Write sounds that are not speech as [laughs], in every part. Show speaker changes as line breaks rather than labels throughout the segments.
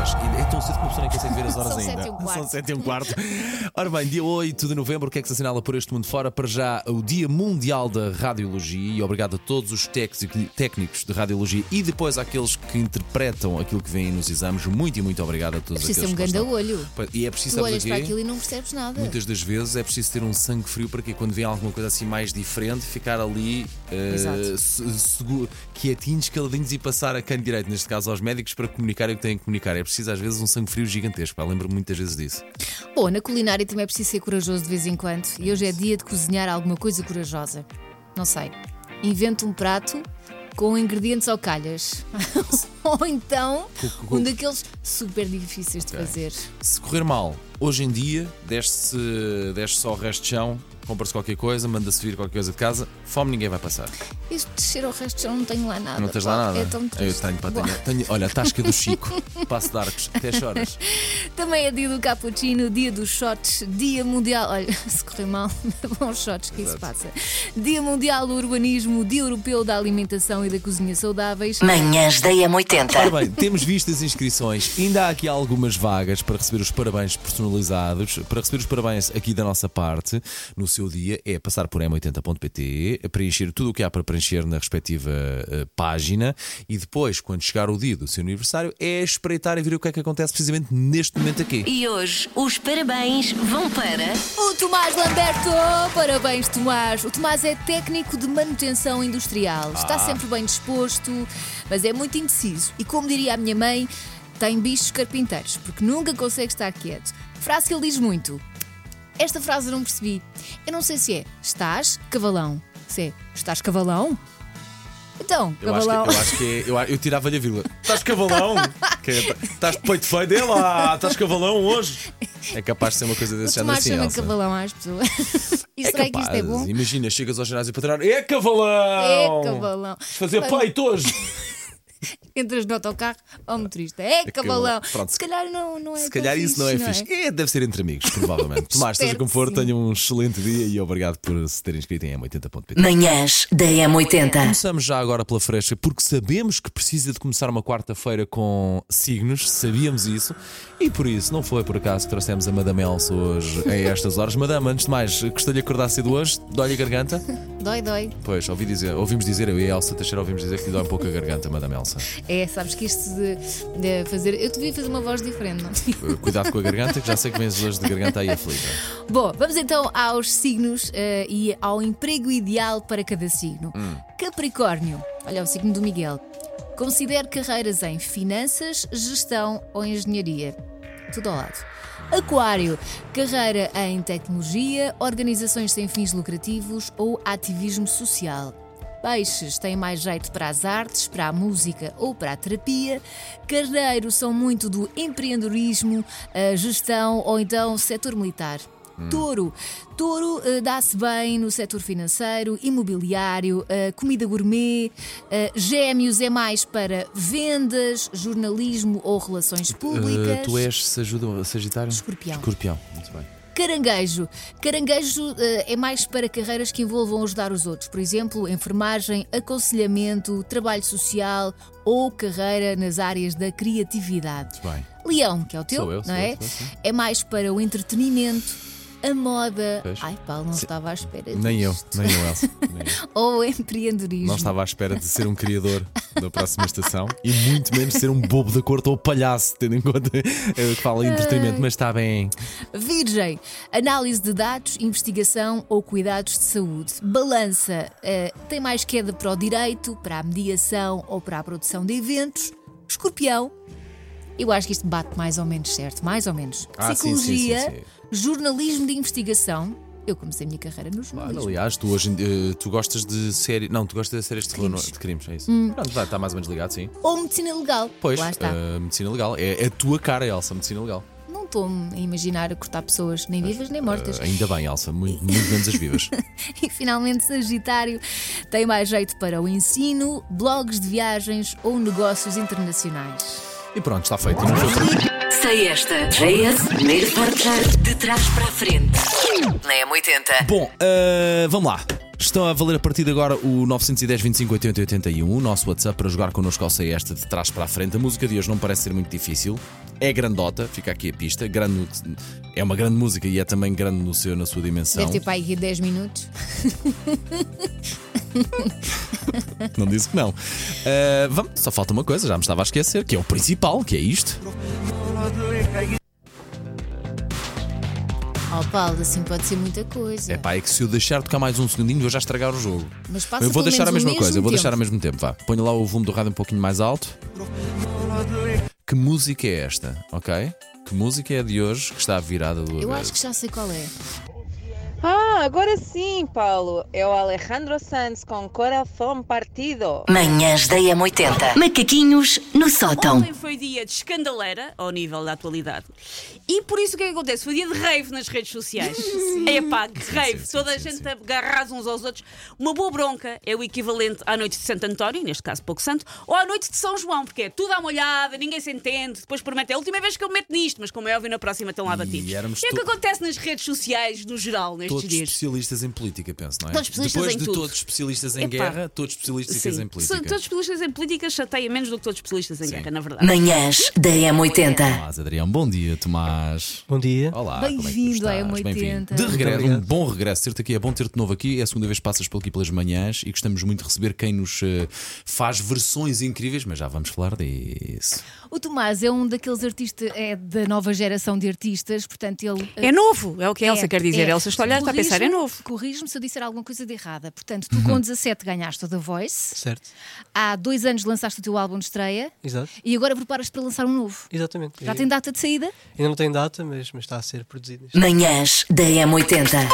Mas ainda é tão cedo que uma pessoa nem consegue ver as horas
São
ainda.
sete e um quarto.
São 7 e um quarto. Ora bem, dia 8 de novembro, o que é que se assinala por este mundo fora? Para já, o Dia Mundial da Radiologia. E obrigado a todos os tex- técnicos de radiologia e depois àqueles que interpretam aquilo que vem nos exames. Muito e muito obrigado a todos
Precisa ser um
aqueles que lá
grande
estão.
olho.
Pois, E é preciso
Tu
saber
olhas
o quê?
para aquilo e não percebes nada.
Muitas das vezes é preciso ter um sangue frio para que quando vem alguma coisa assim mais diferente, ficar ali eh,
Exato.
se- seguro, quietinhos, caladinhos e passar a quem de direito, neste caso aos médicos, para comunicar o que têm que comunicar. É preciso às vezes um sangue frio gigantesco. pá, Lembro-me muitas vezes disso.
Bom, na culinária também é preciso ser corajoso de vez em quando. E hoje é dia de cozinhar alguma coisa corajosa. Não sei. Inventa um prato com ingredientes ao calhas. [laughs] Ou então
Cu- cu-
um daqueles super difíceis de fazer.
Se correr mal, hoje em dia, desce-se desce só o resto de chão, compra-se qualquer coisa, manda-se vir qualquer coisa de casa, fome ninguém vai passar.
Este descer ao resto já não tenho lá nada.
Não tens lá
pá.
nada?
É tão
Eu
triste.
tenho, pá,
Bom,
tenho, tenho- olha, a tasca do Chico, [laughs] passo de arcos, até choras.
Também é dia do cappuccino, dia dos shots, dia mundial. Olha, [laughs] se correr mal, bons shots, que isso
Exato.
passa. Dia mundial do urbanismo, dia europeu da alimentação e da cozinha saudáveis.
Manhãs da M80.
Ora bem, temos visto as inscrições. Ainda há aqui algumas vagas para receber os parabéns personalizados. Para receber os parabéns aqui da nossa parte, no seu dia, é passar por m80.pt, é preencher tudo o que há para preencher na respectiva eh, página e depois, quando chegar o dia do seu aniversário, é espreitar e ver o que é que acontece precisamente neste momento aqui.
E hoje os parabéns vão para.
O Tomás Lamberto! Parabéns, Tomás! O Tomás é técnico de manutenção industrial.
Ah.
Está sempre bem disposto, mas é muito indeciso. E como diria a minha mãe, tem bichos carpinteiros, porque nunca consegue estar quieto. Frase que ele diz muito. Esta frase eu não percebi. Eu não sei se é estás cavalão. Se é estás cavalão? Então,
Eu acho, que,
cavalão.
eu acho que é. Eu, a- eu tirava-lhe a vírgula. Estás cavalão? Que é, Estás de peito feio dele? Ah, estás cavalão hoje? É capaz de ser uma coisa
O
desse género
Tomás
assim,
chama
Elsa.
cavalão às
[laughs]
pessoas. E será que isto é
capaz.
bom?
Imagina, chegas ao ginásio para treinar. É cavalão!
É cavalão.
Fazer peito
[laughs]
hoje!
Entras no autocarro ao motorista. É cavalão.
Pronto,
Se calhar não, não é
Se
tão
calhar isso não é
fixe,
fixe. É, deve ser entre amigos,
[laughs]
provavelmente. Tomás, seja
Espero
como
que
for,
sim.
tenha um excelente dia e obrigado por se terem inscrito em m80.pt.
Manhãs da M80.
Começamos já agora pela fresca, porque sabemos que precisa de começar uma quarta-feira com signos, sabíamos isso, e por isso não foi por acaso que trouxemos a Madame Elsa hoje a estas horas. Madame, antes de mais, gostei-lhe acordar cedo hoje, dói-lhe a garganta?
Dói, dói.
Pois, ouvi dizer, ouvimos dizer, eu e a Elsa Teixeira ouvimos dizer que lhe dói um pouco a garganta, Madame Elsa.
É, sabes que isto de, de fazer. Eu devia fazer uma voz diferente, não
Uh, Cuidado com a garganta, que já sei que vens hoje de garganta aí aflita.
[laughs] Bom, vamos então aos signos eh, e ao emprego ideal para cada signo.
Hum.
Capricórnio, olha o signo do Miguel. Considere carreiras em finanças, gestão ou engenharia. Tudo ao lado. Aquário, carreira em tecnologia, organizações sem fins lucrativos ou ativismo social. Peixes têm mais jeito para as artes, para a música ou para a terapia. Carneiros são muito do empreendedorismo, a gestão ou então setor militar.
Hum.
Touro. Touro eh, dá-se bem no setor financeiro, imobiliário, eh, comida gourmet. Eh, gêmeos é mais para vendas, jornalismo ou relações públicas.
Uh, tu és sajudo- Sagitário?
Escorpião.
Escorpião, muito bem.
Caranguejo. Caranguejo eh, é mais para carreiras que envolvam ajudar os outros, por exemplo, enfermagem, aconselhamento, trabalho social ou carreira nas áreas da criatividade.
Muito bem.
Leão, que é o teu,
Sou eu,
não
sou
é?
eu, sou eu, sim.
é mais para o entretenimento, a moda.
Pois.
Ai, Paulo, não estava à espera.
Nem eu,
disto.
nem eu, Elsa. nem eu.
Ou empreendedorismo.
Não estava à espera de ser um criador da próxima estação e muito menos ser um bobo da corte ou palhaço, tendo em conta eh, que fala em entretenimento, mas está bem.
Virgem, análise de dados, investigação ou cuidados de saúde. Balança, eh, tem mais queda para o direito, para a mediação ou para a produção de eventos. Escorpião, eu acho que isto bate mais ou menos certo, mais ou menos.
Ah, sim, sim, sim,
Psicologia,
sim.
jornalismo de investigação. Eu comecei a minha carreira no jornalismo.
Aliás, tu hoje eh, tu gostas de série. Não, tu gostas de séries de terror, não- de crimes, é isso? Pronto, vai, está mais ou menos ligado, sim.
Ou medicina legal.
Pois,
Hum. Lá está.
eh, medicina legal. É a tua cara, Elsa, medicina legal.
Não estou a imaginar a cortar pessoas, nem vivas nem
Eh,
mortas.
ainda bem, Elsa, muito, muito menos as vivas.
[laughs] E finalmente, Sagitário tem mais jeito para o ensino, blogs de viagens ou negócios internacionais.
E pronto, está feito. Não foi-
Sei esta. JS, primeiro portar de trás para a frente. Na M80.
Bom, eh, vamos lá. Estão a valer a partir de agora o 910 25 80 81, o nosso WhatsApp, para jogar connosco ao sei esta de trás para a frente. A música de hoje não parece ser muito difícil. É grandota, fica aqui a pista. Grande, no- é uma grande música e é também grande no seu, na sua dimensão.
Deve ter para aí 10 minutos.
[laughs] Não disse que não. Ah, vamos, só falta uma coisa, já me estava a esquecer, que é o principal, que é isto.
Oh Paulo, assim pode ser muita coisa.
É pá, é que se eu deixar tocar mais um segundinho, vou já estragar o jogo.
Mas passa
eu vou
pelo
deixar a
menos o
mesma
mesmo
coisa, eu vou
tempo.
deixar ao mesmo tempo, vá. Ponho lá o volume do rádio um pouquinho mais alto. Que música é esta, ok? Que música é a de hoje que está à virada do
Eu
avesso?
acho que já sei qual é.
Ah, agora sim, Paulo. É o Alejandro Sanz com coração partido.
Manhãs da M80. Macaquinhos no
Então.
sótão.
Ontem foi dia de escandaleira ao nível da atualidade. E por isso o que é que acontece? Foi dia de rave nas redes sociais. É pá, que rave.
[laughs] sim, sim,
Toda a
sim,
gente
sim.
agarrada uns aos outros. Uma boa bronca é o equivalente à noite de Santo António, neste caso Pouco Santo, ou à noite de São João, porque é tudo à molhada, ninguém se entende, depois prometem. É a última vez que eu me meto nisto, mas como é óbvio, na próxima estão lá batidos.
éramos
E é o que
to-
acontece nas redes sociais, no geral, nestes
Todos
é dias.
especialistas em política, penso, não é?
Todos especialistas
Depois
em
de
tudo.
todos especialistas em
Epá.
guerra, todos especialistas
Sim.
em política.
São Todos especialistas em política chateiam menos do que todos especialistas em guerra, na verdade.
Manhãs da M80.
Tomás Adrião, bom dia, Tomás.
Bom dia.
Olá,
Bem-vindo
como é que tu
à
estás?
M80.
Bem-vindo. De
Muito
regresso, um
obrigado.
bom regresso. Ter-te aqui é bom ter-te de novo aqui. É a segunda vez que passas por aqui pelas manhãs e gostamos muito de receber quem nos eh, faz versões incríveis, mas já vamos falar disso.
O Tomás é um daqueles artistas, é da nova geração de artistas, portanto ele. eh,
É novo, é o que a Elsa quer dizer.
é.
Elsa está a olhar, está a pensar, é
Corrige-me-
novo.
Corrige-me se eu disser alguma coisa de errada. Portanto, tu
Uhum.
com 17 ganhaste o The Voice,
Certo.
há dois anos lançaste o teu álbum de estreia
Exato.
e agora preparas para lançar um novo.
Exatamente.
É.
Já tem data de saída?
Ainda não tem data, mas, mas está a ser produzido. neste-
Manhãs da M80.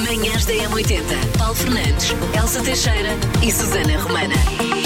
Manhãs da M80. Paulo Fernandes, Elsa Teixeira e Susana Romana.